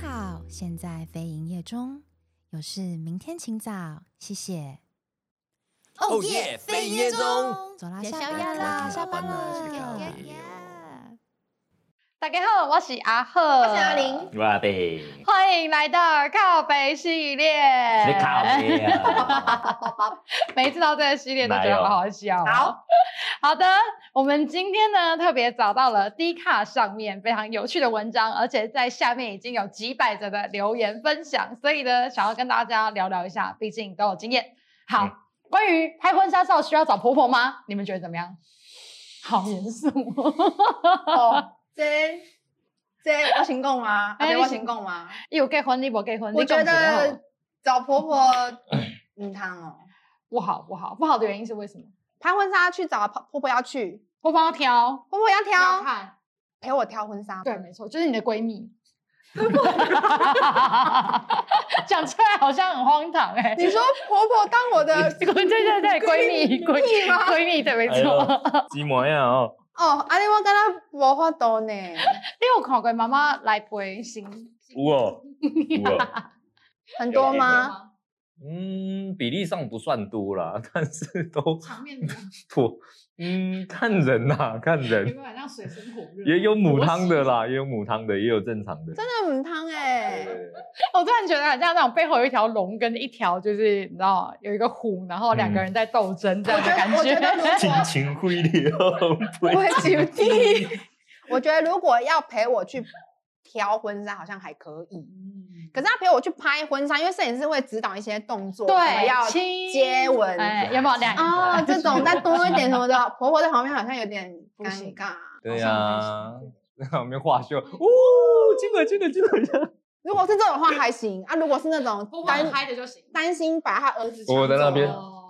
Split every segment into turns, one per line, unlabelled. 好，现在非营业中，有事明天请早，谢谢。
哦耶非营业中，
走啦，
吃
下
宵夜
班
啦
啦，
下
下
班
班
啦
吃
啦
宵夜。
大家好，我是阿赫，我
我是阿玲，
哇呗，
欢迎来到靠北系列。
你靠背啊！
每一次到这个系列都觉得好好笑哦、
好
好的，我们今天呢特别找到了 D 卡上面非常有趣的文章，而且在下面已经有几百则的留言分享，所以呢想要跟大家聊聊一下，毕竟都有经验。好，
嗯
关于拍婚纱照需要找婆婆吗？你们觉得怎么样？好严肃 哦，
哦，这这我先讲吗？啊，
哎
对，
你
我
先
先讲吗？
你有结婚，你无结婚，
我
你讲一
觉
下好了
得找婆婆嗯，汤哦，
不好，不好，不好的原因是为什么？
拍婚纱去找婆婆婆要去，
婆婆要挑，
婆婆要
要
挑，
看，
陪我挑婚纱。
对，，没错，就是你的闺蜜。 讲出来好像很荒唐哎、
你说婆婆当我的
对对对对，闺蜜闺
闺蜜吗
闺蜜对，没
哎
错。
呦 鸡模样 哦，
哦，阿丽我跟她无法度呢，
你有看过妈妈来陪新
有哦，有哦，
很多吗？
吗？
嗯，比例上不算多啦， 但是都
场面呢
不，嗯，看人呐，看
有
人，
没有像水深火热？
也有母汤的啦，也有母汤的，也有正常的，真
真的很汤哎，
我突然觉得很像那种背后有一条龙跟一条，就是你知道有一个虎，然
嗯
后两个人在斗争这样的感
我觉得我觉得
尽情挥烈，
我九弟， 我觉得如果要陪我去挑婚纱，好像还可以。可是他陪我去拍婚纱，因为摄影师会指导一些动作，什么
对，
要
亲
接吻
哎，有没有两
啊、
个
这 种再多一点什么的。婆婆在旁边好像有点
不
尴
行
尬。
对
好
呀
像没，
在 旁边画秀，哦，进来进来进来进来，
如果是这种的话还行啊，如果是那种担
的就行。
担心把他儿子抢
我在那边
走了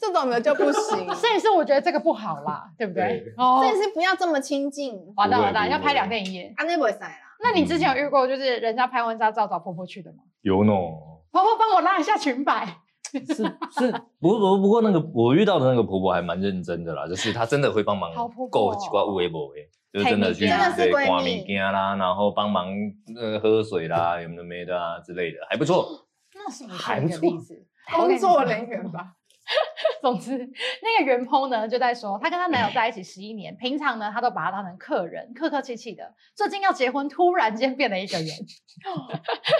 这种的就不行。
摄影师我觉得这个不好啦，对不对
对？
哦
摄影师不要这么亲近，
完蛋
不会
完蛋，
不
要
会
拍两天一夜。
啊，那不会塞啦。
那你之前有遇过就是人家拍婚纱照找婆婆去的吗？
有呢。
婆婆帮我拉一下裙摆，
是是，不不不过那个我遇到的那个婆婆还蛮认真的啦，就是她真的会帮忙
好婆婆
购
哦
几挂微博诶，就是真的去
真的
是
对
闺
挂
蜜
米羹啦，然后帮忙呃喝水啦，有没有没的啊之类的，还不错。
那是我
还
的一
不
个
错
例子。
工作人员吧，
总之，那个袁鹏呢就在说，她跟她男友在一起十一年，平常呢她都把他当成客人，客客气气的。最近要结婚，突然间变了一个人，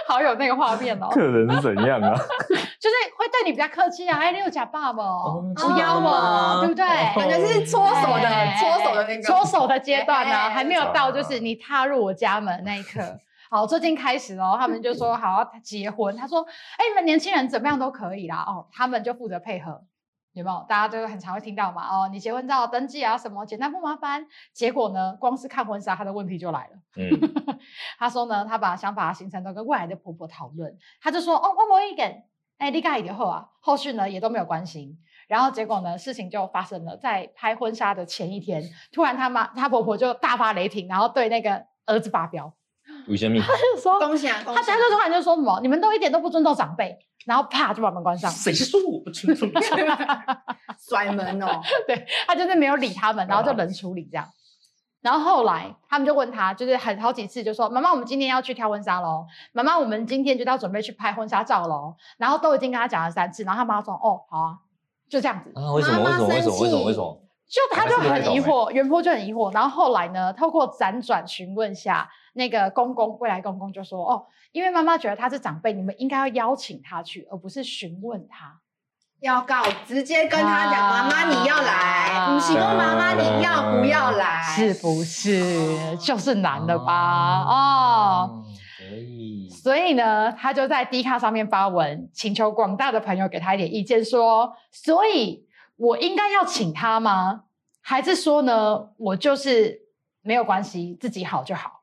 好有那个画 面哦，就
人是怎样啊？
是会对你比较客气啊，哎，你有假爸不？
哦
不腰不？对不对？
哦
感觉是搓手的
哎，
搓手的那个
搓手的阶段呢、
哎
还没有到就是你踏入我家门那一刻。好，最近开始哦，他们就说好要结婚，他说，哎，你们年轻人怎么样都可以啦，哦，他们就负责配合。有没有？大家就是很常会听到嘛，哦，你结婚照登记啊什么，简单不麻烦。结果呢，光是看婚纱，他的问题就来了。
嗯，
他说呢，他把想法、行程都跟未来的婆婆讨论，他就说哦，我某一点，哎，你盖以后啊，后续呢也都没有关心。然后结果呢，事情就发生了，在拍婚纱的前一天，突然他妈他婆婆就大发雷霆，然后对那个儿子发飙，
吴 先命，
他就说，
恭喜啊，恭
他
喜
他！就突然就说什么，你们都一点都不尊重长辈，然后啪就把门关上，
谁说我不尊重？
甩门哦，
对他就是没有理他们，然
啊
后就冷处理这样。然后后来他们就问他，就是很好几次就说：“妈妈，我们今天要去挑婚纱喽，妈妈，我们今天就要准备去拍婚纱照喽。”然后都已经跟他讲了三次，然后他妈说：“哦，好啊。”就这样子，
啊？为什么？为
妈
什
妈
么？为什
生
么？为什么？
气
为什么？
就他就
还是不太
很
懂
疑惑，袁坡就很疑惑。然后后来呢，透过辗转询问下，那个公公未来公公就说：“哦，因为妈妈觉得他是长辈，你们应该要邀请他去，而不是询问他。”
要告，直接跟他讲，
啊
妈妈你要来，
啊
不是问妈妈你要不要来，
是不是？啊就是难了吧？
啊
哦。，
可以。
所以呢，他就在 D 卡上面发文，请求广大的朋友给他一点意见，说：所以我应该要请他吗？还是说呢，我就是没有关系，自己好就好？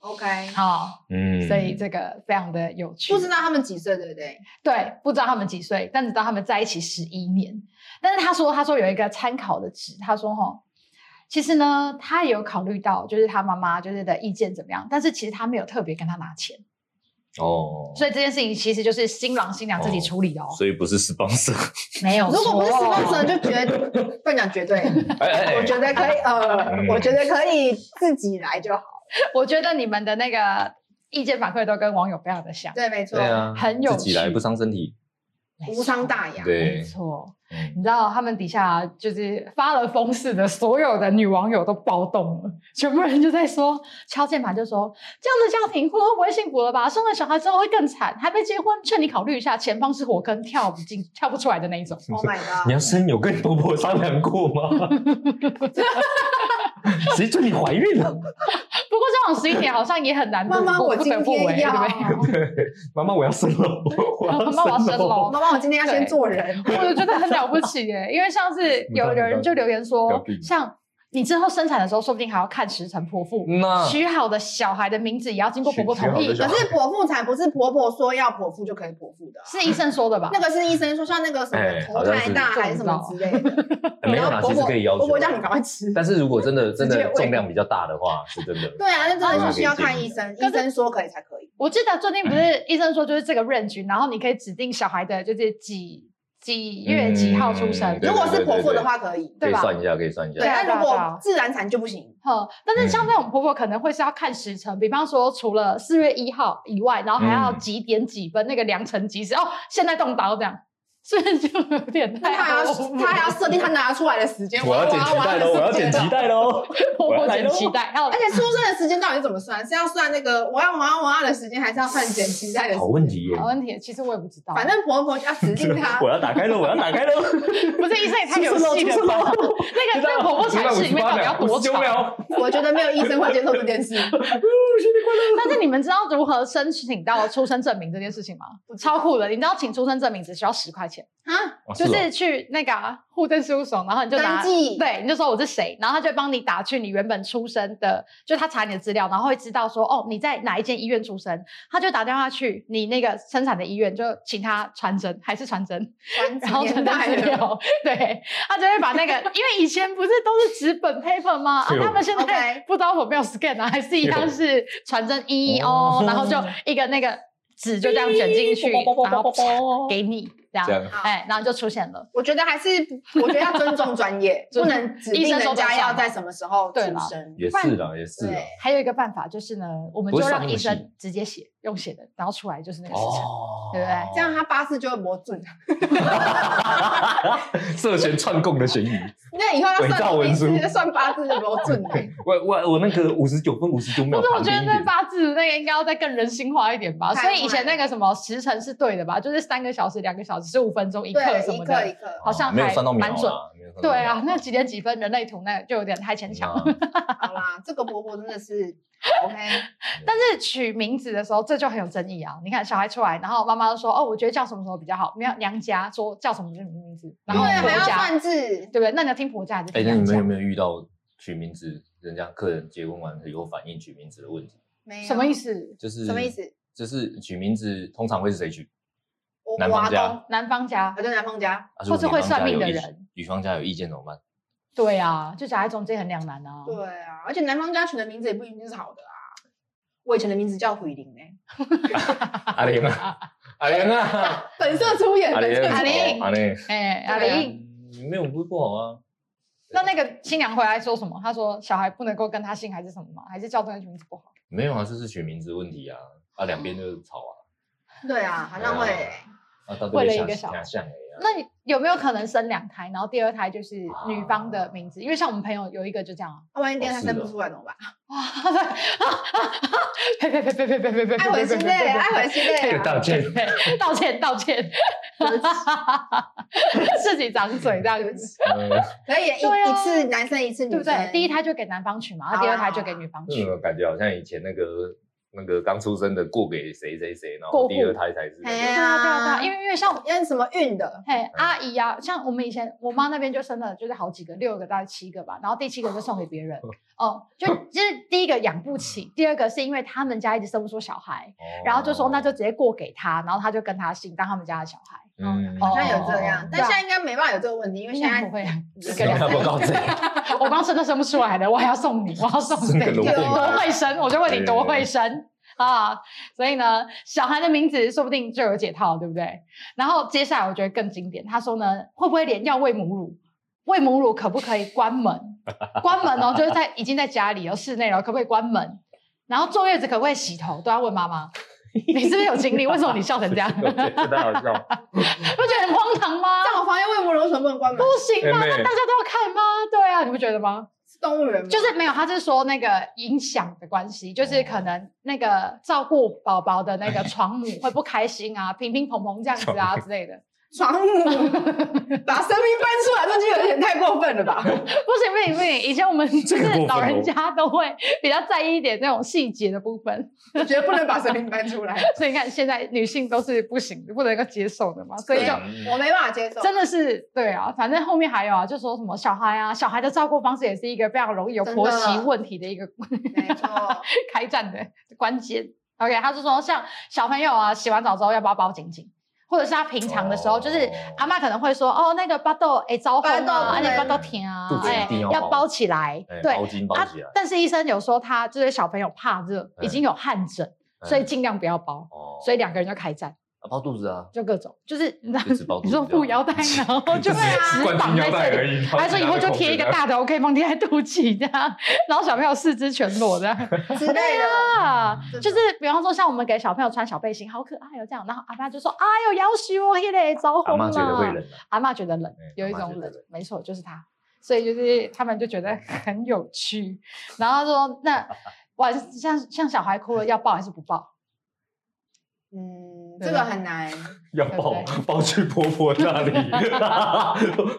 OK。
好、
嗯
所以这个非常的有趣。
不知道他们几岁，对不对？
对，不知道他们几岁，但只知道他们在一起十一年。但是他说，他说有一个参考的值，他说哈，其实呢，他也有考虑到，就是他妈妈就是的意见怎么样，但是其实他没有特别跟他拿钱，
哦，
所以这件事情其实就是新郎新娘自己处理的哦，
所以不是 sponsor。
没有错。
如果不 是 sponsor，就绝不能讲绝对，
哎啊哎
我觉得可以，呃
嗯，
我觉得可以自己来就好。
我觉得你们的那个意见反馈都跟网友非常的像，
对，没错，
对啊，
很有
自己来
趣
不伤身体，
没
无伤
错
大雅。
对
没错，
嗯
你知道他们底下就是发了疯似的，所有的女网友都暴动了，全部人就在说敲键盘，就说这样的家庭婚后不会幸福了吧？生了小孩之后会更惨，还被结婚，劝你考虑一下，前方是火坑，跳不进、跳不出来的那一种。
Oh my
你
god！
要生有跟婆婆商量过 吗？谁准你怀孕了？
不过这种十一点好像也很难度过，
妈妈，我
不
今
得不为
天要，
对不对
对，妈妈我要生 了，我
妈妈我 要生了
了。
妈妈，我今天要先 做人。
我觉得很了不起耶，因为像是有有人就留言
不要
说
不要，
像你之后生产的时候，说不定还要看时辰剖腹，
那
取好的小孩的名字也要经过婆婆
取好
同
的
意，
小
可
孩
是剖腹产不是婆婆说要剖腹就可以剖腹的啊、
是医生说的吧？
那个是医生说像那个什
哎
么头
好像
太
是哎
大还是什么之类 的，
没有
然
啦，
后
其
婆
实
婆
可以要求。
婆婆叫你赶快吃。
但是如果真的真
直接
的
喂
重量比较大的话，是真的。
对啊，那真
啊
的
那
是需要
可以
看
建
医
议
生，
可
医
是
生说可以才可以。
我记得最近不是医生说就是这个 range，然后你可以指定小孩的就是几几月几号出生
嗯，对
如果是
对对
剖腹
对
的话可以，
可
对
以
吧
算一下，可以算一下
对，。
啊
但
对啊
如
对啊
果自然产就不行。
嗯，但是像那种婆婆可能会是要看时辰，比方说除了四月一号以外，然后还要
嗯
几点几分那个良辰吉时哦，现在动刀这样， 所以就有点
那
太
他还要
over
他还要设定他拿出来的时间，
我要
我
剪
要
脐带喽！我要剪脐。
我要的时间
带喽！
婆婆
来
剪
咯
脐带，还有
而且出生的时间到底怎么算？是要算那个我要我要我要的时间，还是要算剪脐带的时
好
间？
问题耶！
好问题，其实我也不知道，
反正婆婆就要指定 他
我。要打开了，我要打开了！
不是医生也太哎有
出生了
戏了吧？
出
那个那个婆婆产室里面到底要多
久
长？
秒？
我觉得没有医生会接受这件事，
但是你们知道如何申请到出生证明这件事情吗？超酷的！你知道请出生证明只需要十块钱，
啊，
哦
就是去那个啊户政事务所，然后你就拿
登记
对，你就说我是谁，然后他就帮你打去你原本出生的，就他查你的资料，然后会知道说哦你在哪一间医院出生，他就打电话去你那个生产的医院，就请他传真还是传真，
传
然后
几
传
年
真
代
资
了。
料，对他就会把那个，因为以前不是都是纸本 paper 吗？啊，
是哦
他们现在
OK
不知道有没有 scan 啊，还是一样是传真一一哦
哦，
然后就一个那个纸就这样卷进去，然后啪给你这
这
样，
样
好
哎，然后就出现了。
我觉得还是我觉得要尊重 专业，
尊
不
重
能指
医
定
生说
人
的
家
算
要
嘛
在什么时候出
对啦
生。
也是啦，也是啦。
对
还有一个办法就是呢，我们
不
就是
上
让
那
医
个
生
系
直接写，用写的，然后出来就是那个时辰。
哦
对不对
这样他八字就会磨准。
他涉嫌串供的嫌疑。
那以后要
伪造
算
文
名
书
字、算八字就磨准了。
我我我那个五十九分五十九秒
不是，我
旁
觉
边一
得那
点，
八字那个应该要再更人性化一点吧。
太
所以以
坏
前那
了
个什么时辰是对的吧？就是三个小时、两个小时、十五分钟、 一刻什
对，一
么
个
的
一。个。
好像
哦没有
还
算到秒
蛮准
啦，没有算到
对啊
秒，
那几点几分人类图那个就有点太牵强了。
嗯啊
好啦，这个婆婆真的是 OK。
但是取名字的时候，这就很有争议啊！你看小孩出来，然后妈妈就说：“哦，我觉得叫什么什么比较好。”娘娘家说叫什么什么名字，然
对，啊
后
还
婆
要
哦家，
算字
对。不对？那你要听婆家还
嗯
是
哎，
听
那你
娘
们有
家？
没有遇到取名字，人家客人结婚完以后反映取名字的问题？
没有
什么意？思？
就是
什么意？思？
就是取名字通常会是谁取？
我
男
我
方
阿
家
公，
男方家
我，就男方家。
啊
或是会算命的，
如果女方家有意女方家
人
有意见怎么 办？
对啊，就夹在中间很两难啊。
对啊，而且男方家取的名字也不一定是好的啊。我以前的名字叫毁玲哎，
阿玲 啊，阿玲啊，
本色出演，
阿
本色
玲，
出
阿
演。
玲
哦阿玲，
哎，阿
对啊
玲，
嗯没有不是不好啊，
那那个新娘回来说什么？她说小孩不能够跟她姓还是什么吗？还是叫这个名字不好？
没有啊，这是取名字问题啊，啊两边就吵啊，
对啊，好像会
对
欸
啊。啊到
为
底
了
想
一个小
想像哎 呀，
那你有没有可能生两胎，然后第二胎就是女方的名字？因为像我们朋友有一个就这样啊，
那万一第二胎
哦是
生不
的
出来怎 么办？
哇，他在啊啊啊！呸呸呸呸呸呸呸呸！
爱
回
悔心累，爱悔心 累啊。
道歉，
道歉道歉，自己掌嘴这样子，
嗯
可以一
对啊
一次男生一次女
对
生，
不对？第一胎就给男方取嘛，然后第二胎就给女方
这
取。
种感觉好像以前那个那个刚出生的过给谁谁谁，然
过
后
户
第二胎才是那个、
哎
对啊对啊对啊，因为因为像
要是什么运的？
嘿阿姨啊，像我们以前我妈那边就生了就是好几个，六个到七个吧，然后第七个就送给别人。哦，就就是第一个养不起，第二个是因为他们家一直生不出小孩，
哦
然后 就说那就直接过给他，然后他就跟他姓当他们家的小孩。
嗯
好像有这样
哦，
但现在应该没办法有这个问题，因为
应
现
该
在
不会啊，一个
应
两
该不到
三
这
个。我刚生都生不出来的，我还要送你，我要送
生
你，
个萝
卜
多会生，我就问你
对
多会生啊！所以呢，小孩的名字说不定就有解套，对不对？然后接下来我觉得更经典，他说呢，会不会连要喂母乳？喂母乳可不可以关门？关门哦，就是在已经在家里哦，室内了，可不可以关门？然后坐月子可不可以洗头，都要问妈妈。你是不是有经历？为什么你笑成这样？不
我觉
觉
得太好笑了。
得很荒唐吗？
这样我发现魏无荣什么不能关门
不？行吧？
哎妹
那大家都要看吗？对啊，你不觉得吗？
是动物园吗？
就是没有，他是说那个影响的关系，就是可能那个照顾宝宝的
哎
那个床母会不开心啊，乒乒乓乓这样子啊之类的。
床 母把生命搬出来，这就有点太过分 了吧？
不行不行不行，以前我们就
这个过
是
分哦
老人家都会比较在意一点那种细节的部分，
我觉得不能把生命搬出来，
所以你看现在女性都是不行的，不能够接受的嘛， 所以就
嗯
我没办法接受。
真的是对啊，反正后面还有啊，就说什么小孩啊，小孩的照顾方式也是一个非常容易有婆媳问题的一个
没错，
开战的关键。OK，他就说像小朋友啊，洗完澡之后要不要包紧紧，或者是他平常的时候，
哦
就是阿妈可能会说哦，那个巴豆哎招红
巴豆
啊，
不
而且
能
巴豆甜啊
肚，子一
哎
定要
要
包
包起来
哎，
对
包。巾包
啊
起来，，
但是医生有说他就是小朋友怕热，已
哎
经有汗疹，所以尽量不要包，
哦，
所以两个人就开战。
啊包肚子啊，
就各种，就是你知道
就只包肚
你说
子这样
束腰带，然后 哦就
对啊
只
只
绑在这里。
已。
还说以后就贴一个大的，OK，放贴在肚脐这样，然后小朋友四肢全裸这样，
之类的。
啊，
嗯
就
这
是比方说像我们给小朋友穿小背心，好可爱哦这样，然后阿妈就说，哎呦，要死我迄嘞，着
阿
红
妈
了。
觉得会冷啊，
阿嬷觉得冷
嗯，
有一
阿嬷
种
觉得
冷
冷，
没错，就是他。所以就是他们就觉得很有趣，然后说那 晚像像小孩哭了要抱还是不抱？
嗯，这
啊
个很难。
要
对
抱
不对
抱去婆婆那里，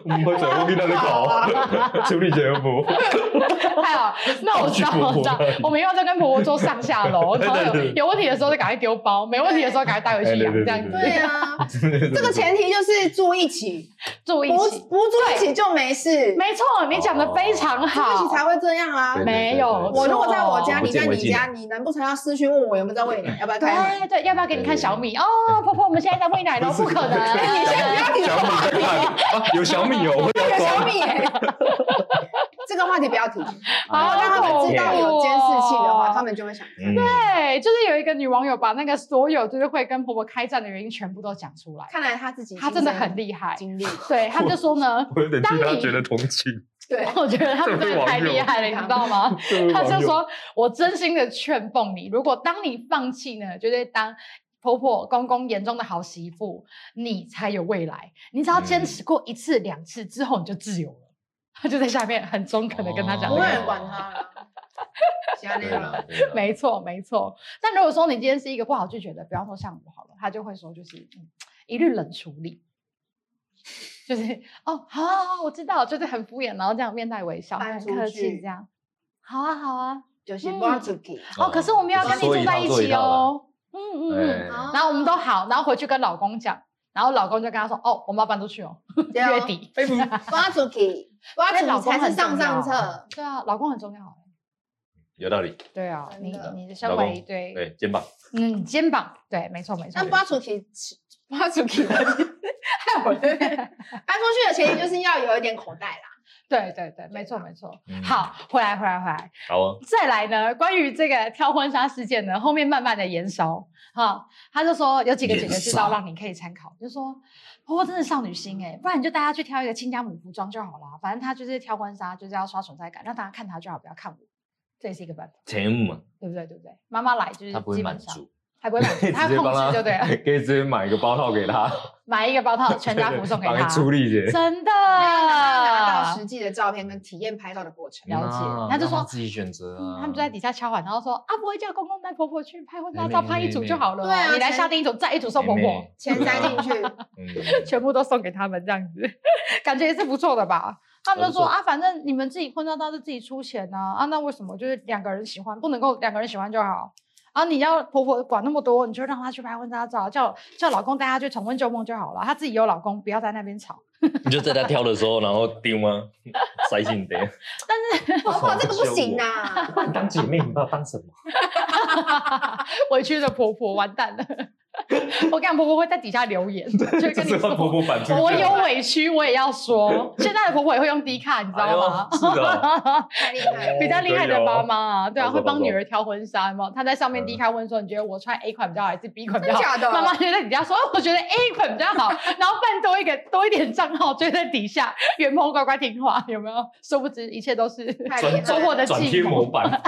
我们会走路去那里搞，处理节目。
太好了，那我知道，我
抱去婆婆
知道
那里，
我们以后就跟婆婆做上下楼，然后
对对
有
对
有问题的时候就赶快丢包，没问题的时候赶快带回去养，
哎对对对
这样子
对
对啊，这
这
个前提就是住一起，
住一
不
起。
不住一起就没事，
没错，你讲的非常
住一起才
好，
会这样啊
对。
没有
哦对对对
错
我如果在我家，
不
你在
见为
你
净啊
家，你难不成要私讯问我有没有在 喂奶，哎要不要开
对
门？
对，要不要给你看小米？哦，婆婆，我们现在在喂奶了，不可能，
你先不要提这
小
个
米
话
在
题，
看啊，有小米哦，我
有
要
小
装
米欸，这个话题不要提。
好
让啊他们知道有监视器的
哦
话，他们就会想
嗯
看。
对，就是有一个女网友把那个所有就是会跟婆婆开战的原因全部都讲出来，
看来他自己
她真的很厉害。
经历，
对，她就说呢，
我有点替
当
他
你
觉得同情。
对，
我觉得他们真的太厉害了，你知道吗？ 她就说：“我真心的劝奉你，如果当你放弃呢，就是当婆婆公公眼中的好媳妇，你才有未来。你只要坚
嗯
持过一次两次之后，你就自由了。”她就在下面很中肯的跟他讲
不
这
会
个
哦
有人管他了。其他内
对啊
容
啦，对啦
没错，没错。但如果说你今天是一个不好拒绝的，比方说像我好了，他就会说就是、嗯、一律冷处理，就是哦，好啊好啊，我知道，就是很敷衍，然后这样面带微笑，
搬
很
出
客气
去
这样。好啊，好啊。
就是不要出去。
哦，可是我们要跟你住在一起。哦。嗯嗯嗯。
哎
然后我们都好，然后回去跟老公讲，然后老公就跟他说：“哦，我们要搬出去哦，
对啊
月底。
不要 出去，不
所以
要
老
出去
公
才
很
是上
重要
上策。
对啊，老公很重要。
有道理，
对啊，你
真的
你身
老公
为对，
对肩膀，
嗯，肩膀对，没错没错
那。不要出去，不要出去。 害我这边搬出去的前提就是要有一点口袋 啦。
对对对，没错没错。
嗯
好，回来回来回来，
好啊，
再来呢，关于这个挑婚纱事件呢，后面慢慢的延烧哈、他就说有几个解决之道
延烧
让你可以参考，就说婆婆真的少女心哎、不然你就带她去挑一个亲家母服装就好啦，反正她就是挑婚纱就是要刷存在感，让大家看她就好，不要看我，这也是一个办法，
前母嘛，
对不对？对不对？妈妈来就是
他不会
基
满
本嗯上
足，
还不会满
可
足，
以
她
直接
控
帮他，
制就对了，
可以直接买一个包套给他，
买一个包套全家福送 给
帮
她，
处理姐。
真的
拿到实际的照片跟体验拍照的过程。
了解
嗯啊
他就说
让自己选择
嗯
啊，
他们就在底下敲碗，然后说啊，不会叫公公带婆婆去拍婚纱
妹妹
照，拍一组就好了。
妹妹对啊
你来
前
下定一组，再一组送婆
妹
婆
妹，
钱塞进 去，
嗯，
全部都送给他们，这样子 感觉也是不错的吧？他们就说
还不错
啊，反正你们自己婚纱照是自己出钱呐、啊，那为什么就是两个人喜欢不能够两个人喜欢就好？啊，你要婆婆管那么多，你就让她去拍婚纱照，叫叫老公带她去重温旧梦就好了。她自己有老公，不要在那边吵。
你就在他挑的时候，然后丢吗？ 塞进的，
婆婆哦这个不行啊！
当姐妹你不知道当什么？
委屈的婆婆完蛋了。 我跟婆婆会在底下留言， 就跟 你
这是
说，
换婆婆版出
我
去
有委屈我也要说。现在的婆婆也会用低卡，你知道吗？
哎呦是 的
太厉害了
比较厉害的妈妈啊，对啊，
好的
会帮
好的
女儿挑婚纱嘛。她在上面第一开问说：“你觉得我穿 A 款比较好还是 B 款比较好
真？”假的
妈妈就在底下说：“哦我觉得 A 款比较好。”然后办多一个多一点账号，就在底下圆梦乖乖听话，有没有？殊不知一切都是
太厉害
转
了
周末的
转
计
贴
谋
模 板，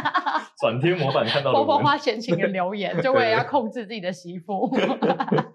转贴模板看到
婆
的
婆
文，
花闲情的 留言，就为了要控制自己的媳妇。 但是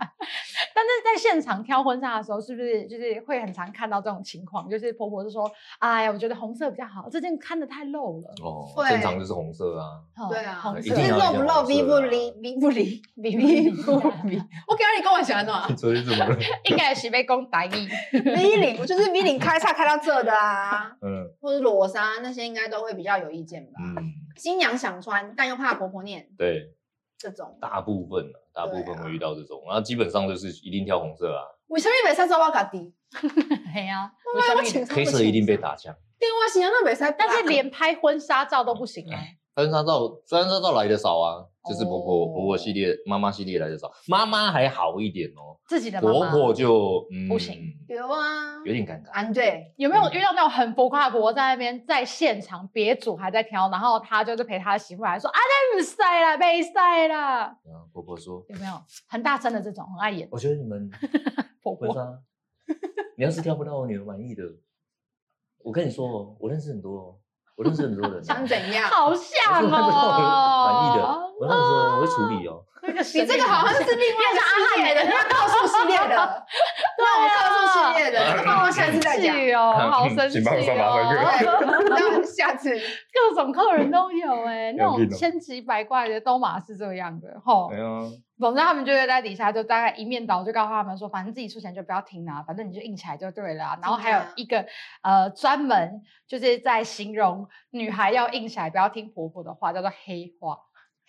在现场挑婚纱的时候，是不是就是会很常看到这种情况？就是婆婆就说：“哎呀，我觉得红色比较好，这件看的太露了。
哦，
对
正常就是红色啊，
嗯”
对啊，
红
一
色
就
定
是
要一
露不
定要
露逼
红
不
色的啊
离逼不离
比
逼
比
不离，我感觉你跟我想的啊，
所以怎么了？
应该是被公打你。
V 领，我就是 V 领开叉开到这的啊，
嗯
或者裸纱那些应该都会比较有意见吧。
嗯，
新娘想穿，但又怕婆婆念
对，
这种。
大部分啊，大部分会遇到这种，然后基本上就是一定挑红色啊，
为什么袂使做我家己？
哎呀，
我
为
我
什么
请
你
黑色一定被。打枪。
对我新娘那袂使，
但是连拍婚纱照都不行啊！
三纱照，三纱照来的少啊，就是婆婆、
哦
婆婆系列、妈妈系列来的少，妈妈还好一点哦，
自己的啊妈
婆
妈
婆就嗯
不行，
有啊，
有点尴尬。
安对，
有没
嗯
有遇到那种很浮夸的婆婆在那边在现场别组还在挑，然后她就是陪她的媳妇来说：“啊，那不晒啦，被晒啦。”
然后婆婆说
有没有很大声的这种很爱演：“
我觉得你 们
婆
婚
婆？
纱，你要是挑不到我女儿满意的，我跟你说哦，我认识很多哦，我认识很 多人哦、
想怎样？
好像
我是看不到
哦，
我满意的，我那时候我会处理哦。
那个啊
你这个好像是另外一个系列的，你要告诉系列的， 那我告诉系列的，这个帮我下次再讲。
气啊哦，好生气
请帮我上马赛
哦，
对，那下 次
各种客人都有 哎，那
有
种
病哦
千奇百怪的都马是这样的吼。
哎呀，
总之他们就会在底下就大概一面倒，就告诉他们说，反正自己出钱就不要听啦、反正你就硬起来就对了啊、然后还有一个呃专门就是在形容女孩要硬起来，不要听婆婆的话，叫做黑话。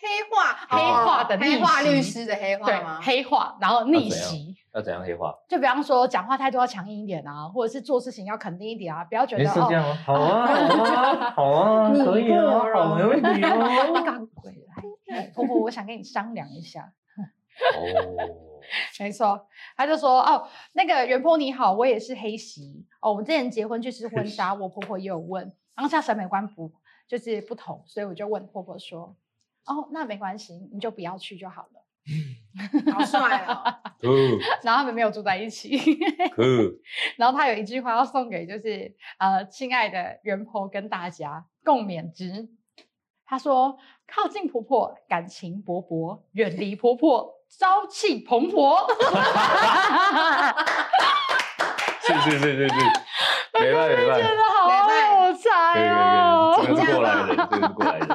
黑化哦
黑化的逆袭
黑化律师的黑化
对
吗，？
黑化，然后逆
那怎样
袭。
要怎样黑化？
就比方说，讲话态度要强硬一点啊，或者是做事情要肯定一点啊，不要觉
你
得
是这
哦，
样吗？好啊，好啊，好啊，
你
可以啊，
不
好，没问题
哎你
哦。
赶快回来，啊哎婆婆，我想跟你商量一下。
哦，
没错，他就说哦，那个袁坡你好，我也是黑媳哦。我们之前结婚去吃婚纱，我婆婆也有问，当下审美观不就是不同，所以我就问婆婆说，哦，那没关系，你就不要去就好了。
好帅 哦！
酷
然后他们没有住在一起，
酷，
然后他有一句话要送给就是呃亲爱的袁婆跟大家共勉之，他说靠近婆婆感情勃勃，远离婆婆朝气 蓬勃。
是是是是是，没办没办
真的好爱我
可以可以可以，这
才哦！
个是过来人，这个是过来人，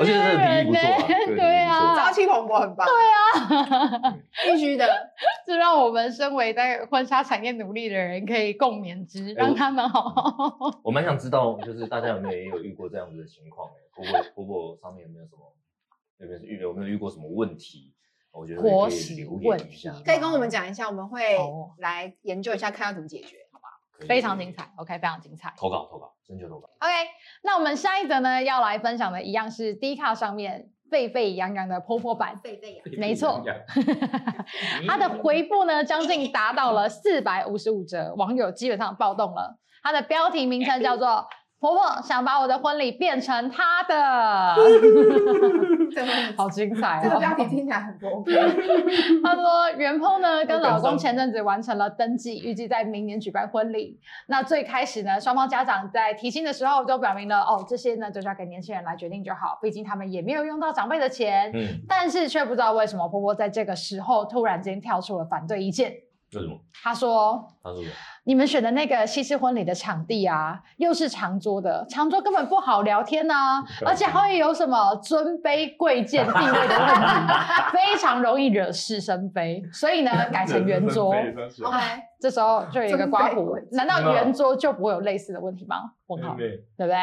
我觉得这个比喻不错啊这个比喻不错
对啊
朝，气蓬勃很棒，对啊， 必须的。
这让我们身为在婚纱产业努力的人可以共勉之，
哎
让他们好好。
我蛮想知道，就是大家有没有遇过这样子的情况、欸？婆婆婆婆上面有没有什么，有没有遇有没有遇过什么问题？我觉得
婆
可以
媳
留
问
言一下
题，
可以跟我们讲一下，我们会
哦
来研究一下，看要怎么解决。
可以
非常精，彩，OK，非常精彩。
投稿投稿，征求投稿。
OK，那我们下一则呢，要来分享的一样是 D 卡上面沸沸扬扬的婆婆版，
贝贝 呀，
没错， 它
嗯
的回复呢，将近达到了四百五十五折，网友基本上暴动了。它的标题名称叫做“婆婆想把我的婚礼变成她 的
这个”，
好精彩
嗯这个标题
哦！
听起来很不 OK。
他说，袁鹏呢跟老公前阵子完成了登记，预计在明年举办婚礼。那最开始呢，双方家长在提亲的时候就表明了，哦，这些呢就交给年轻人来决定就好，毕竟他们也没有用到长辈的钱。
嗯，
但是却不知道为什么婆婆在这个时候突然间跳出了反对意见。
为什么？
她说：“
他说什么
你们选的那个西式婚礼的场地啊，又是长桌的，长桌根本不好聊天呐、而且还会有什么尊卑贵贱地位的问题，非常容易惹是生非。所以呢，改成圆桌。
OK，
这时候就有一个刮
尊卑
胡
贵，
难道圆桌就不会有类似的问题吗？问号，
嗯对
对不对？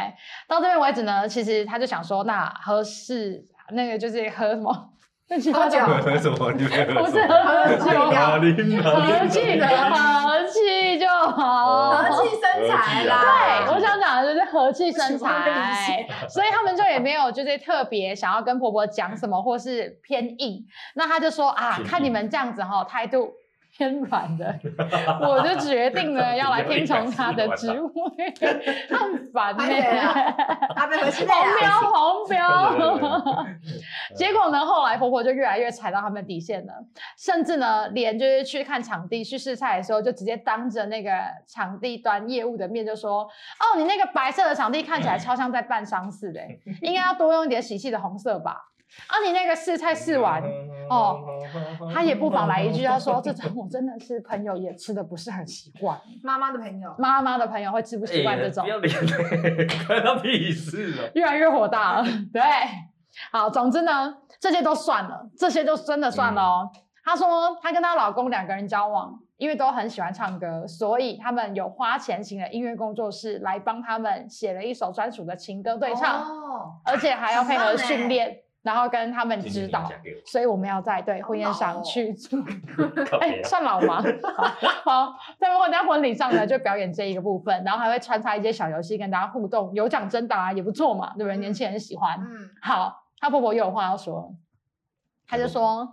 到这边为止呢，其实他就想说，那合适那个就是喝什么？ 那其他的
喝酒
什么？你
不
不
是喝
喝酒
酒，和
合
气和气就好，
哦
和气生财啦。
对，我想讲嘛，就是和气生
喜欢被
财，所以他们就也没有就是特别想要跟婆婆讲什么，或是偏硬。那他就说啊，
偏硬
看你们这样子哈、态度偏软的，我就决定呢要来听从他的指挥，他很烦呢、
哎呀
啊
阿贝回去
红
了。
标红
对对对
标。
对
结果呢，后来婆婆就越来越踩到他们底线了，甚至呢，连就是去看场地去试菜的时候，就直接当着那个场地端业务的面就说：“哦，你那个白色的场地看起来超像在办丧事的、应该要多用一点喜气的红色吧？啊，你那个试菜试完。”哦，他也不妨来一句，他说：“这种我真的是朋友也吃的不是很习惯，
妈妈的朋友，
妈妈的朋友会吃不习惯这种。
哎不要脸嘞，关他屁事啊！
越来越火大了。 对，好，总之呢，这些都算了，这些就真的算了哦。
嗯
她说，她跟她老公两个人交往，因为都很喜欢唱歌，所以他们有花钱请了音乐工作室来帮他们写了一首专属的情歌对唱，
哦
而且还要配合
很棒欸
训练，然后跟他们指导
今天你。讲给我
所以我们要在对
好
婚宴
老
上
哦
去做，
靠
哎、
北啊
算老吗？ 好，好在婚在婚礼上呢，就表演这一个部分，然后还会穿插一些小游戏跟大家互动，有奖征答、啊、也不错嘛，对不对？
嗯
年轻人喜欢。
嗯，
好，她婆婆又有话要说，她就说。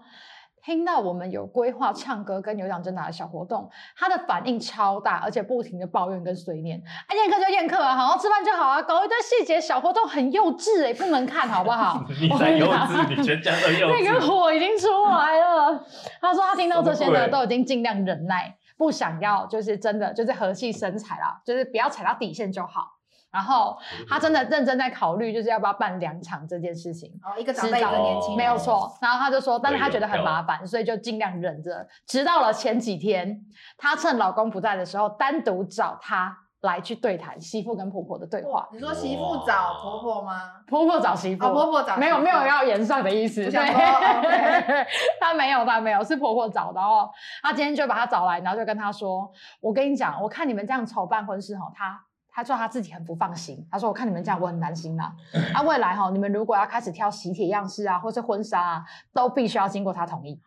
听到我们有规划唱歌跟有奖征答的小活动，她的反应超大，而且不停的抱怨跟碎念。啊，宴客就宴客啊，好好吃饭就好啊，搞一堆细节小活动很幼稚哎、不能看好不好？
你才幼稚，你全家都幼稚。
那个火已经出来了。他说他听到这些
什么
呢，
鬼
都已经尽量忍耐，不想要就是真的就是和气生财啦，就是不要踩到底线就好。然后他真的认真在考虑，就是要不要办两场这件事情。
哦，一个长
知
辈，一个
道
年轻人，
没有错，然后他就说，但是他觉得很
可以
麻烦，所以就尽量忍着。直到了前几天，她趁老公不在的时候，单独找他来去对谈媳妇跟婆婆的对话
哇。你说媳妇找婆婆吗？
婆婆找媳妇，
啊，婆婆找媳妇
没有没有要延上的意思，对
不想说哦，OK，
她没有她没有，是婆婆找的哦。她今天就把她找来，然后就跟她说：“我跟你讲，我看你们这样筹办婚事哈，她她说她自己很不放心，她说我看你们这样我很担心 啦、啊。未来哈，你们如果要开始挑喜帖样式啊，或是婚纱啊，都必须要经过她同意，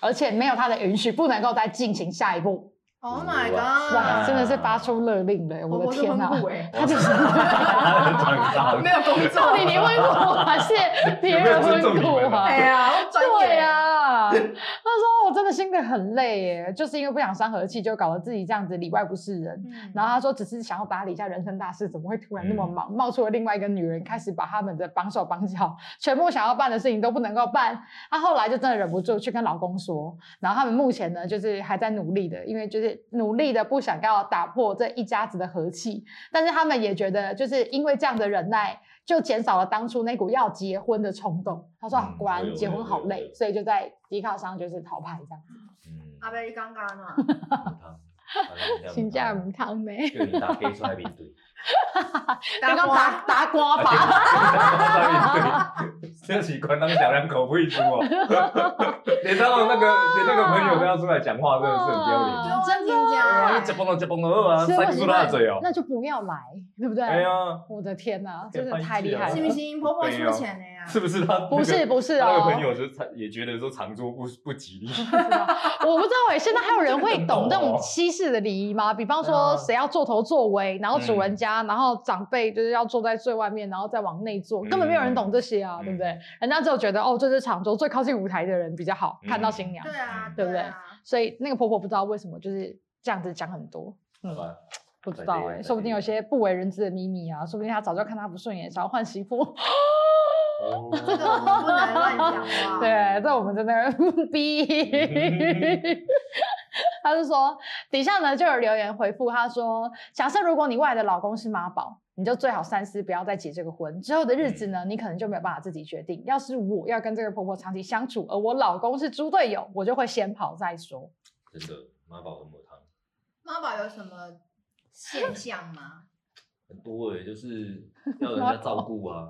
而且没有她的允许，不能够再进行下一步。
，Oh my
哇，
啊
god，
真的是发出勒令了，我
婆婆
的
是
天啊
温
哪、
故哎，
她就是。
长大
没有工 作，
到底 你温故还是别人温故啊？
哎呀，专业
对啊 呀、他说我真的心里很累耶，就是因为不想伤和气，就搞得自己这样子里外不是人。
嗯
然后他说，只是想要打理一下人生大事，怎么会突然那么忙？冒出了另外一个女人，开始把他们的绑手绑脚，全部想要办的事情都不能够办。她后来就真的忍不住去跟老公说，然后他们目前呢，就是还在努力的，因为就是努力的不想要打破这一家子的和气，但是他们也觉得，就是因为这样的忍耐，就减少了当初那股要结婚的冲动。他说、啊
嗯
果
我有
然结
我
婚
有
好
我有我
累
有，
所以就在迪卡上就是淘汰这样子，
阿贝刚刚啊，
嗯，
请假母汤 没？
就你打黑出来面对，
刚刚打打瓜吧。
打面对，这习惯当小两口不一出哦。连他的那个连那个朋友都要出来讲话，真的是很丢脸。
哇真
真的
的
啊，
假
接崩了，接崩了啊，
所以
塞
我
不
觉
住他的嘴
得
哦。
那就不要来，对不对？
哎呀，
我的天哪，
这
真
个
的太厉害
翻
了！
信不信婆婆出钱的呀？
是不是他那个？
不啊是不是
他那个
哦，
朋友就他也觉得说长桌不不吉利。
我不知道哎、现在还有人会懂这
这个
种
懂哦
西式的礼仪吗？比
对啊
方
嗯
说谁要做头作为，然后主人家，然后长辈就是要坐在最外面，然后再往内坐，根本没有人懂这些啊，
嗯
对不对？人家只有觉得哦，这是长桌最靠近舞台的人比较好
嗯
看到新娘，
对啊，
对不对
啊
所以那个婆婆不知道为什么就是这样子讲很多。嗯
好吧
不知道
对
哎、
对
说不定有些不为人知的秘密啊，说不定她早就看她不顺眼，想要换媳妇。
哦
这个我们不能乱讲话。
对，这我们真的
嗯
逼。他就说，底下呢就有留言回复他说，假设如果你未来的老公是妈宝，你就最好三思，不要再结这个婚。之后的日子呢，
嗯
你可能就没有办法自己决定。要是我要跟这个婆婆长期相处，而我老公是猪队友，我就会先跑再说。
真的妈宝和母汤
妈宝有什么现象吗？
很多哎，就是要人家照顾啊。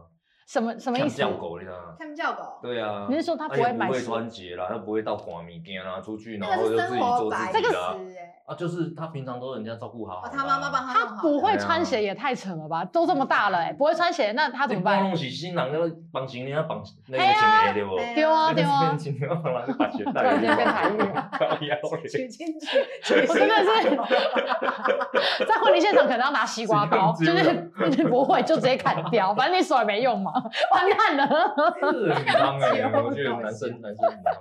什么什么意
看
思？
叫狗，你知道吗？
看叫狗，
对啊，
你是说他
它
不
也
会买
不会
书
穿鞋啦，它不会到刮米干啦，出去然
那
后
个
就是自
生
己
活
做自
白
己的啊，
痴哎，
啊就是他平常都人家照顾好好
哦，
的啊，
他妈妈帮他弄
他
好
不
的
会
对啊嗯
穿鞋也太扯了吧？都这么大了哎、不会穿鞋，那他
他
怎么办？
弄起新郎要绑行李，要绑那个
哎呀
行李对不？
哎
丢啊
那个
丢
是
啊
变！情人，然后就把鞋带
突然间
入
变台语
啊靠腰嘞
娶进去，娶
我
进
真
去
的 是 在婚礼现场可能要拿西瓜刀，就
直接 砍
是你不会就直接砍掉，反正你手也没用嘛，完蛋了。
这是很脏哎、
结婚
我觉得
搞
男
笑
生男生很脏。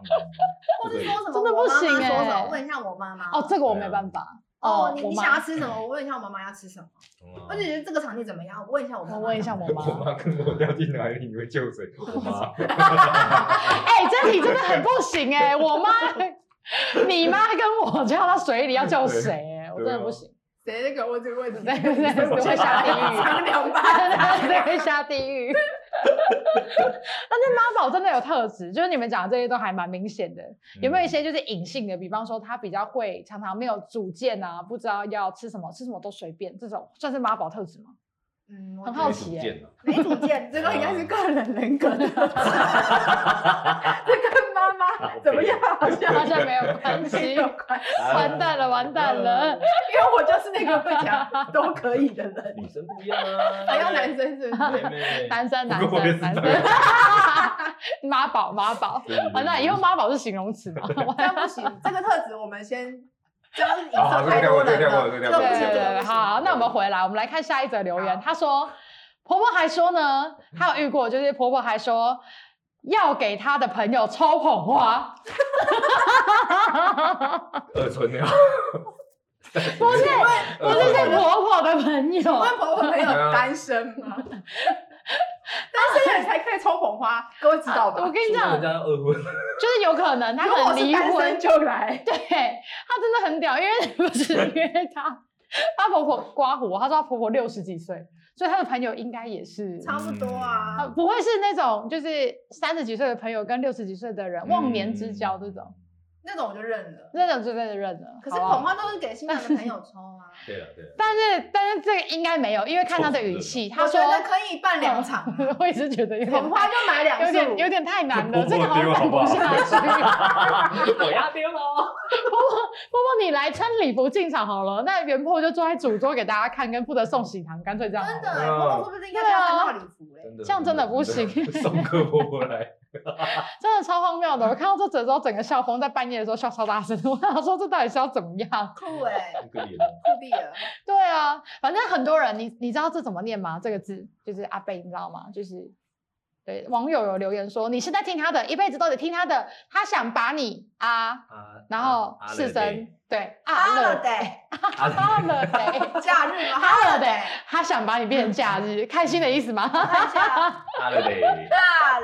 或是说什么
真的不
我妈妈
行
说什
哎
么？问一下我妈妈
哦，这个我没办法。
哦，你
我
你
妈哦
想要吃什么？我问一下我妈妈要吃什么。
嗯
而且觉得这个场地怎么样？我问一下我妈妈。
我问一下我
我
妈。
妈跟我掉进海里，你会救谁？我妈，
哎、这题真的很不行哎、我妈、你妈跟我掉到水里要救谁、哎，我真的不行，
谁那个问这个问题？
对对对，我会下地狱。
长两
他
巴。
真的会下地狱。 但是妈宝真的有特质，就是你们讲的这些都还蛮明显的。有
嗯
没有一些就是隐性的？比方说他比较会常常没有主见啊，不知道要吃什么，吃什么都随便，这种算是妈宝特质吗？
嗯，
很
我
好
没
奇
主
耶
见啊
没主见，这个应该是个人人格 的。这跟妈妈怎么样好像
好像没有关系，
没有关系，
完蛋了，完蛋了。
因为我就是那个会讲都可以的人，
女生不一样啊，
还要男生是不是？
妹妹，
男生，男
不过我也
生，
是
男生，妈宝，妈宝。完
完
蛋，以后妈宝是形容词吗？
这样不行，这个特质我们先。这样影
啊好
射
这个
太多
跳过这个
人
跳过这个跳
了，这个不
过
行
对
这
对
这个
对，
不行。
好，那我们回来，我们来看下一则留言。
好
她说，婆婆还说呢，她有遇过，就是婆婆还说要给她的朋友抽捧花，
二春呀，
不是，不
二
是
春
是婆婆的朋友，
我问婆婆朋友
嗯
单身吗？单身的人才可以抽捧花，各位知道吧？
我跟你
说
讲
人，家要二婚，
就是有可能她
如果
可
我
能
是
离
单
婚
身，就 来，
对她真的很屌，因为不是 因为她，她婆婆刮胡，她说她婆婆六十几岁，所以她的朋友应该也是。
差不多
呃
嗯
啊。
不会是那种就是三十几岁的朋友跟六十几岁的人
嗯
忘年之交这种，
那种我就认了。
那种就真的认了。
可是
好不啊好
捧花都是给新郎的朋友抽 啊。
对了对了，
但是但是这个应该没有，因为看他的语气，他
我
说
觉得可以办两场啊，
我一直觉得有点
捧花就买两
有点
束
有点太难
婆
了，
婆
这个好像
丢好
办
不好
不下 去。
我要丢了，哦
婆婆婆婆，你来穿礼服进场好了，那袁婆就坐在主桌给大家看，跟负责送喜糖，干脆这样好了。
真
嗯
的欸，婆婆说不定应该给
啊
她穿到礼服嘞。
真的
这样真的不行
送个婆婆来，
真的超荒谬的。我看到这则之后，整个笑疯，在半夜的时候笑超大声。 我想说，这到底是要怎么样？
酷哎，
那个脸啊，
酷毙了！
对啊，反正很多人，你你知道这怎么念吗？这个字就是阿贝，你知道吗？就是对网友有留言说，你是在听他的，一辈子都得听他的，他想把你啊，
啊
然后
啊啊
是
嘞
声对啊
阿
了
乐得
啊嘞
啊了得
假日吗？
啊
阿
了
乐
得
得，
他想把你
嗯
变成假日，开心的意思吗？
看一下
啊了 嘞，
大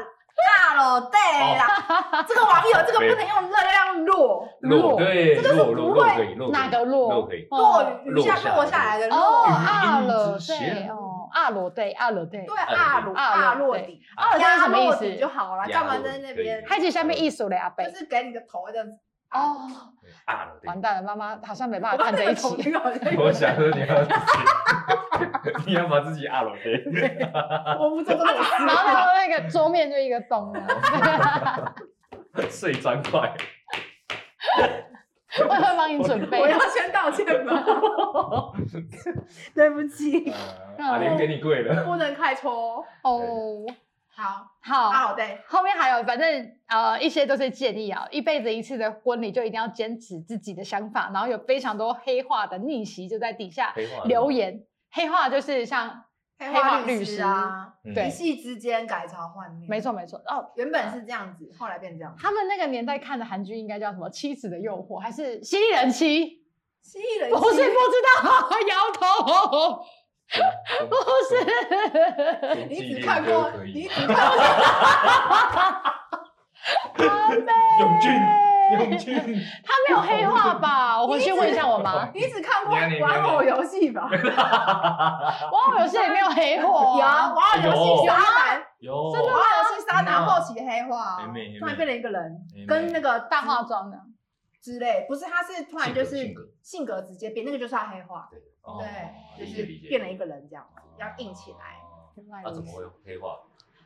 大了得
哦
啦，这个网友这个不能用热量弱。
落
落对，
这个是
落
不
落
会
落可以， 落
哪
可以
个落
落可以，
哦
落雨下落下来的
哦
落，
啊了
之
对
嫌
哦啊了对啊了对
对，阿鲁阿落底，
啊了对是什么
压
意
落底就
思？
好了，干嘛在那边？
开启下
嗯
面艺术嘞阿贝
就是给你的头这样子。
哦，
啊了
完
嘞，
蛋了，妈妈好像没办
我
法
刚
看这
才
一
那个头
期。
那个好像有
我想说你要自己 你要把自己啊了嘞。
我不做这种事。
然后他的那个桌面就一个洞啊了，
碎砖块，
我会帮你准备。
我要先道歉 吗？对不
嗯
起，
阿玲给你跪 了。
不能开错。
哦，
好，阿
好，
老对，
后面还有，反正呃一些都是建议啊，一辈子一次的婚礼就一定要坚持自己的想法，然后有非常多黑化的逆袭就在底下
黑化
留言，黑化就是像
黑
化
化
律
律
师
师啊，
对
一夕之间改朝换面。
没，错没错哦。
原本是这样子，后来变这样。
他们那个年代看的韩剧应该叫什么《妻子的诱惑》还是《犀利人妻》？
蜥蜴人
不是不知道，啊摇头，不是。
你只看过，你只看过
阿贝
永俊，永 俊，
他没有黑化吧？我回去问一下我 妈。
你只看过玩偶游戏吧？
玩偶游戏也没有黑化、啊，
玩偶游
有
戏沙男，
有
玩偶游戏沙男后期黑化
没
啊
哦没没，
突然变成一个人
哎没没，
跟那个
大化妆的。
之类，不是，他是突然就是
性格哦
性格直接变，那个就是他黑化，对，就是变了一
个，
哦
哦
个人这样，要硬起来。
啊那怎么会黑化？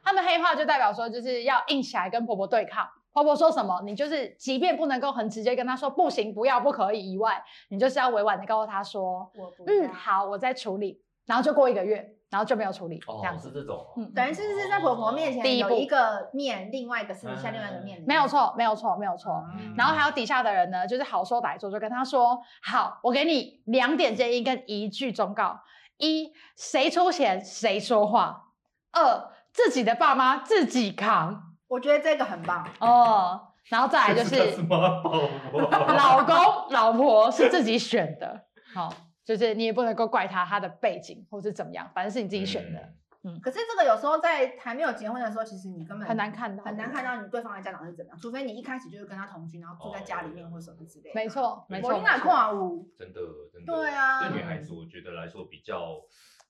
他们黑化就代表说就是要硬起来跟婆婆对抗。婆婆说什么，你就是即便不能够很直接跟她说不行、不要、不可以以外，你就是要委婉的告诉她说，
我
哦
不
嗯，
要
好，我再处理。然后就过一个月，然后就没有处理，
哦
这样，子。
是这种哦，
嗯，
等于是是在婆婆面
第
前
一
有
步
一个面，另外一个私底下
嗯
另外一个面，
没有。错，没有错，没有错。
嗯
然后还有底下的人呢，就是好说歹做，就跟他说：“好，我给你两点建议跟一句忠告：一，谁出钱谁说话；二，自己的爸妈自己扛。
我觉得这个很棒，”
哦，然后再来就
这是
是
妈宝哦
老公老婆是自己选的，好、就是你也不能够怪他他的背景或是怎么样，反正是你自己选
嗯
的，
嗯
可是这个有时候在还没有结婚的时候，其实你根本
很难看到，
很难看。到你对方的家长是怎么样，除非你一开始就是跟他同居，然后住在家里
哦
面或什么之类的。
没，错，没
我
错，
跟哪
没错
跨舞？
真的真的，
对啊
对女孩子我觉得来说比较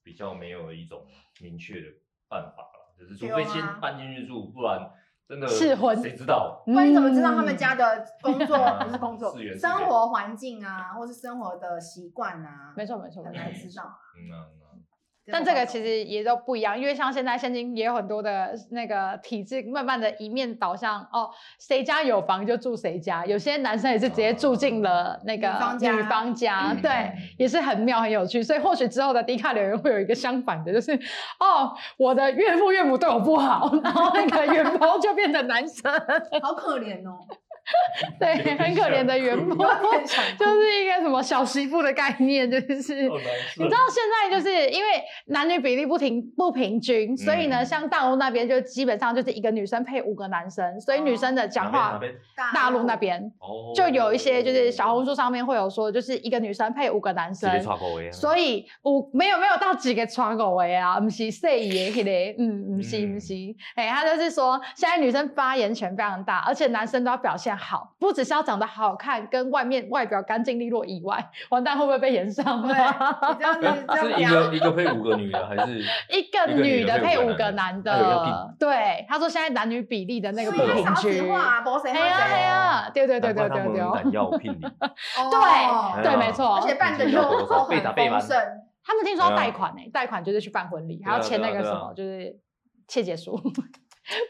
比较没有一种明确的办法了，就是除
对啊
非先搬进去住，不然真的
试婚
谁知道？
嗯
不然你怎么知道他们家的工作
嗯
不是工 作
是原，
生活环境啊，或是生活的习惯啊，
没错没错
很
没错
难。知道。
嗯啊嗯啊
但这个其
实
实也都不一样，因为像现在现今也有很多的那个体制，慢慢的一面导向哦，谁家有房就住谁家，有些男生也是直接住进了那个
哦女方家
女方家
嗯
对，也是很妙很有趣。所以或许之后的迪卡留言会有一个相反的，就是哦，我的岳父岳母对我不好，然后那个元谋就变成男生，
好可怜 哦，
对，很可怜的元 谋，
有点想哭
就是一个什么小媳妇的概念，就是。
好难受
你知道现在就是因为男女比例不平不平均，所以呢，
嗯
像大陆那边就基本上就是一个女生配五个男生，所以女生的
哪
讲话，
边哪边
大陆那边
啊哦，
就有一些就是小红书上面会有说，就是一个女生配五个男
直
生
接。插口味啊，
所以五没有没有到几个窗口位啊，不是谁也迄个，嗯，不是
嗯
不是，哎、他就是说现在女生发言权非常大，而且男生都要表现好，不只是要长得好看，跟外面外表干净利落以外，完蛋会不会被延上
对，
啊？
你这样
哎
子这
是一
样
个一个配五个女的还是
一个女的配五个男
哎呦要
的，对，他说现在男女比例的那个
表，
不
所
平
以他啊少
均
子。化，啊没谁
哎
喝
呀哎
谁，
呀， 对对对对
难怪他
对对
们，敢要聘礼，
哦
对
哎
对
呀
没
而
错
且。办的
你
又
要多
都
少被
很
打被
丰
瞒
盛，
他们听说要
对啊
贷款呢，贷款就是去办婚礼，
对啊
还要签那个
对
什
啊
么，就是切结书，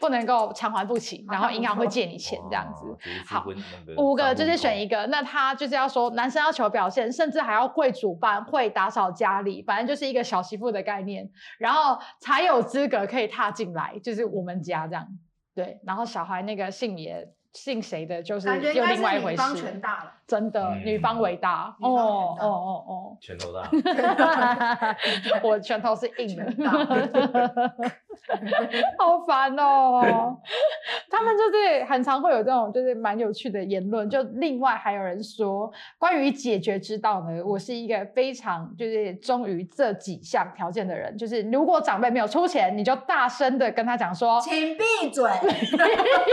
不能够偿还不起，
好
然后银行会借你 钱
哇
这样子。，
直接
好
吃荤那
五个就是选一
个
个，那他就是要说男生要求表现，甚至还要会煮饭、会打扫家里，反正就是一个小媳妇的概念，然后才有资格可以踏进来，就是我们家这样。对，然后小孩那个姓也姓谁的，就是
感觉应
又
该
另外一
是
回
女方全
事。
大了，
真的，
嗯
女方为大
女
哦
方
哦
全大
哦
拳头 大，
哦， 我拳头是 硬
全大
的。好烦哦！ 他们就是很常会有这种就是蛮有趣的言论。就另外还有人说，关于解决之道呢，我是一个非常就是忠于这几项条件的人。就是如果长辈没有出钱，你就大声的跟他讲说，
请闭 嘴，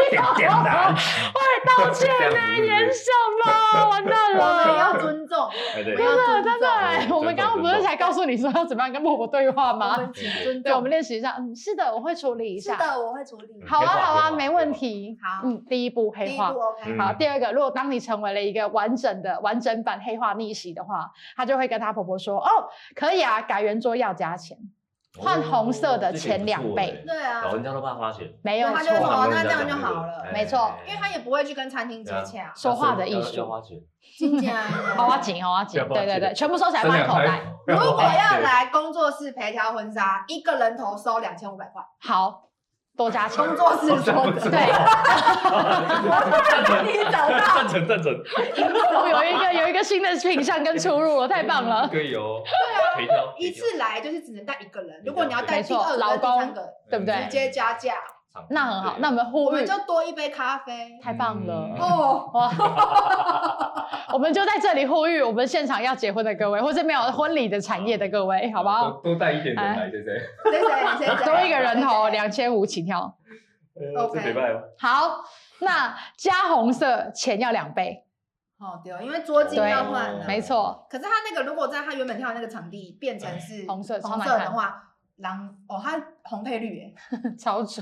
点点难，
喂，道歉呢、
这样子是不是
演什么？完蛋
我们
了
要！尊重，
哎对
不要
真的
尊
真
重
的欸，我
尊重
们刚刚不
尊
是
重
才告诉你说要怎么样跟婆婆对话
我
吗？
们请尊
对，我
重
们。练习一下。嗯，是的，我会处理一下
是。的，我会处理。
好啊，
黑化
好啊，
黑化
没问题。
好
嗯，第一步黑
第一步
化。
OK，
嗯
好，第二个，如果当你成为了一个完整的完整版黑化逆袭的话，她就会跟她婆婆说：“哦，可以啊，改圆桌要加钱，换红色的前两倍，
对啊，
欸老人家都怕花钱，
没有
对她就会说
错
哦。那这样就好了
哎
没错
因为他也不会去跟餐厅接洽，
说话的艺术
要花钱，
金姐啊。
啊 好啊，紧，好啊，紧，
不要
对对
忘记
对，全部收起来放在口袋。
如果要来工作室陪挑婚纱，一个人头收两千五百块，
好，多加 钱。
工作室 说的，
对，
赞成
你找到
赞成赞成，
我有一个有一个新的品相跟 出入了，太棒了。
可以哦，
对
陪
啊，
挑
一次来就是只能带一个人，如果你要带
没
第
错
二个、第三个，
对嗯不对
直接加价，
那很好，那我们
我
呼吁
们就多一杯咖啡。
太棒
嗯
了。
哦，
哇！我们就在这里呼吁我们现场要结婚的各位，或是没有婚礼的产业的各位，好不好？？哎
多带一点人来，对不对？
谁谁谁谁
多一个人头两千五起跳。
这礼拜哦，
好，那加红色钱要两倍，
哦，对哦，因为桌巾要换啊
对
了。
没错，
可是他那个如果在他原本跳的那个场地变成是
红色超
红
难
色
看
的话，狼哦，它红配绿耶，
超丑，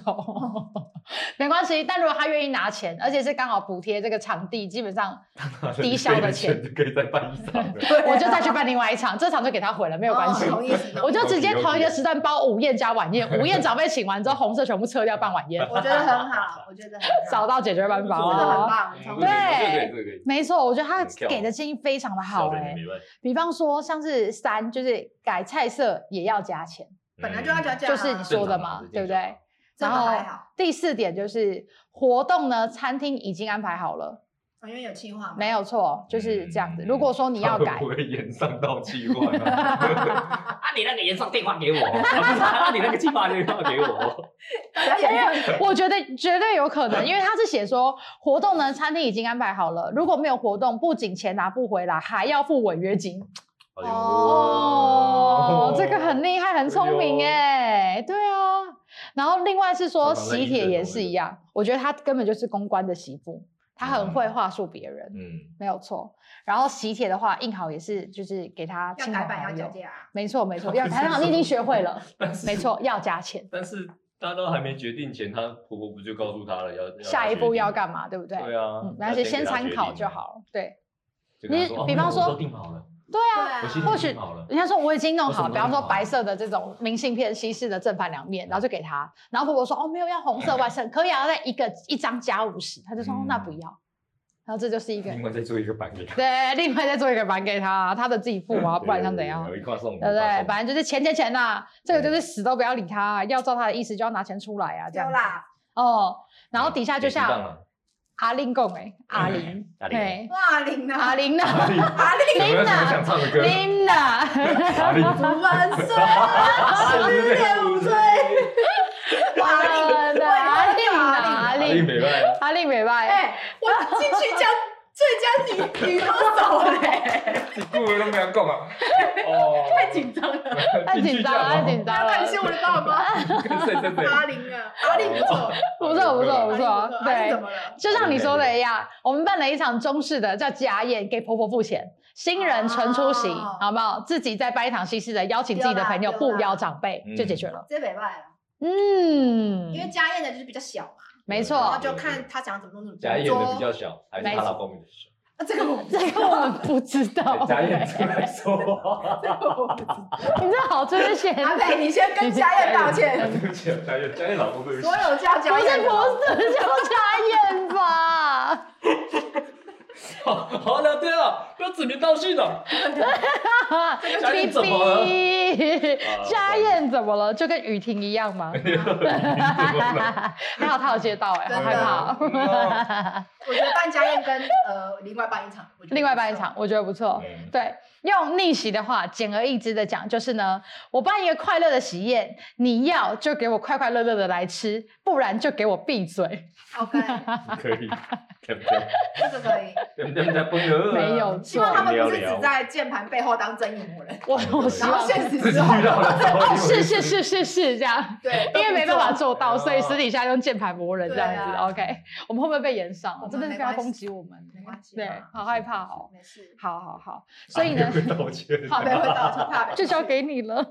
没关系。但如果他愿意拿钱，而且是刚好补贴这个场地，基本上 低消的钱
就可以再办一 场的。
我就
啊
再去办另外一场，这场就给他毁了，没
没
有关系。
同意思。
我就直接
OK，OK
同一个时段包午宴加晚宴，午宴长辈请完之后，红色全部撤掉办晚宴，
我觉得很好，我觉得很好
找到解决办法
真的很
哦。
棒，
这
从
个可以这个可以
对
这个可以，
没错，我觉得他
很跳
给的建议非常的好
小的
哎、
你明白
比方说像是三，就是改菜色也要加钱，
本
嗯
来就要加价啊，
就是你说
正
的
常
嘛
嘛，
对不
正常
对？
这
然
个
后
还好，
第四点就是活动呢，餐厅已经安排好了，
哦因为有气化嘛，
没有错，就是这样子。
嗯
如果说你要
他
改
会，不会延上到计划呢？啊，你那个延上电话给我， 啊，你那个计划电话给 我，哦
大家也要
我觉得绝对有可能，因为他是写说活动呢，餐厅已经安排好了，如果没有活动，不仅钱拿不回来，还要付违约金。
哎呦
哦，这个很厉害，很聪明哎、对啊。然后另外是说
常常在
喜帖
医院
也
哦
是一样，我觉得他根本就是公关的媳妇，他很会话术别人，
嗯，
没有错。然后喜帖的话，印好也是就是给他亲
改
朋
版
好
要加
友，
价，
没 错没错，要还好你已经学会了，
但是
没，错，要加钱，
但是大家都还没决定前，她婆婆不就告诉她了，要要
下一步要干
嘛？
嘛，对不对？
对啊，
嗯，而且先参考就好了。对，
就跟她说。
你
哦
比方说
我都定好了，
对啊，
对啊
我心
或
里
许
定好了，
人家说我已经弄
我什
好，
么
比
都
方
弄
说
好啊
白色的这种明信片西式的正反两面，然后就给他，然后婆婆说哦没有要红色 外衬，可以啊，再一个一张加五十，他就说、哦
嗯
那不要，然后这就是一个
另外再做一个版给她，
对，另外再做一个版给他，他的自己付啊，不然想 怎样？
有一块送，
对不
有一块
对？
送嗯
反正就是钱钱钱呐、这个就是死都不要理他、要照他的意思就要拿钱出来啊，这
有
样
啦，
哦。然后底下就
也适当
像
了
阿玲贡哎，阿玲，
阿玲
对，
哇，零啊，
阿玲
阿
呐，
丽，
阿玲
有没有什么
啊
想唱的歌？
琳娜，
阿 丽，
万岁啊，十点五岁，哇，阿玲，
阿玲阿玲啊，阿
阿丽
玲，
没办法，
阿令美拜，
哎，我进去讲最佳女女歌手嘞，
你顾都没人讲啊， 哦，
太紧张了，
太紧张了，
啊
太紧张
要
了
感。谢我的爸妈，
张，跟谁 谁谁，
阿玲啊，阿玲不错，
不错不错不
阿
错
玲，阿玲
对
哎怎，么了？
就像你说的一样，我们办了一场中式的叫家宴，给婆婆付钱，新人纯出席，
哦
好不好？自己再办一场西式的，邀请自己的朋友，
对啦对啦
不邀长辈，
嗯
就解决了。
这北外了，
嗯
因，为家宴的就是比较小嘛，
没
然
错
后，就看他想怎么弄，怎
贾
么
演的比
做。
较小，还是她老公比较小？
啊这个我不知 道
这个我们不知道 欸
对，贾演出来说话，
你这好缺钱，
阿佩，你先跟家燕道 歉，
对不起，贾演贾演老公对不起
所，有叫
不
家
是
燕，
不是叫家宴吧？
好好聊天啊，不要指名道姓 的，
啊，
家燕怎么了
哔哔家燕怎么了？就跟雨婷一样吗？ 还好他有接到哎、
真
好
的
害怕。
我觉得办家宴跟呃另外办一场，我觉 得
另外办一场，我觉得不错。
嗯
对，用逆袭的话，简而易之的讲，就是呢，我办一个快乐的喜宴，你要就给我快快乐乐的来吃，不然就给我闭嘴。
OK，
可以，对不对？
这个可以。
对不对？在啊崩了，
没有
希
错
望，他们不是只在键盘背后当真影魔人，
我我希
然后
望
现实
自己
之后
遇到了，
哦， 是是是是是这样。
对，
因为没办法做到，
哦
所以私底下用键盘磨人这样子。
对啊
OK，我们会不会被延上啊
我？们
真的是不
没
要
关系
攻击我们，
没关系
对
嘛，
好害怕哦。
没事，
好好好，所 以呢
阿，丽会道歉，
好
怕被会道歉，怕被
就交给你了。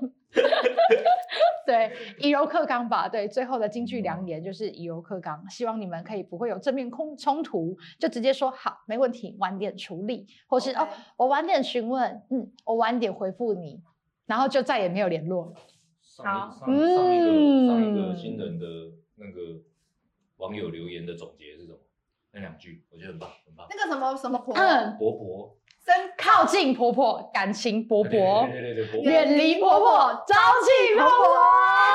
对，以柔克刚吧。对，最后的金句良言就是以柔克刚，希望你们可以不会有正面空冲突，就直接说好，没问题，晚点处理，或是
OK
哦，我晚点询问，嗯，我晚点回复你，然后就再也没有联络了。
上
好
一上上一
嗯
个上一个新人的那个网友留言的总结是什么？那两句我觉得很棒，很棒。
那个什么什么婆
嗯，
伯伯，
生
靠近婆婆，感情勃勃。
对对对对，伯伯，
远离婆婆，朝气蓬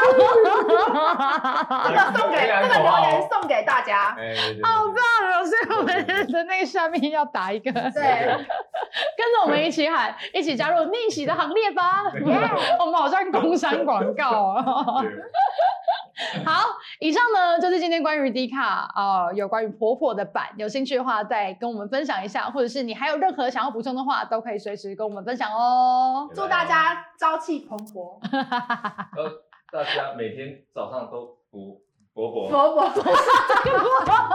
这
勃。
个送给这个留言送给大家，
哎，对对对
好棒哦！所以我们的那个下面要打一个，跟
对
着我们一起喊，一起加入逆袭的行列吧！我们好像工商广告哦。
对
好，以上呢就是今天关于迪卡呃有关于婆婆的版，有兴趣的话再跟我们分享一下，或者是你还有任何想要补充的话，都可以随时跟我们分享哦。
祝大家朝气蓬勃，
呃，大家每天早上都伯伯伯
婆婆，我觉得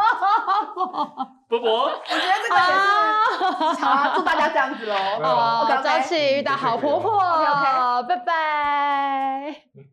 伯伯，
这个也是好啊，祝大家这样子喽。
哦
OK，OK，
朝气遇到好婆婆
OK，OK，
拜拜。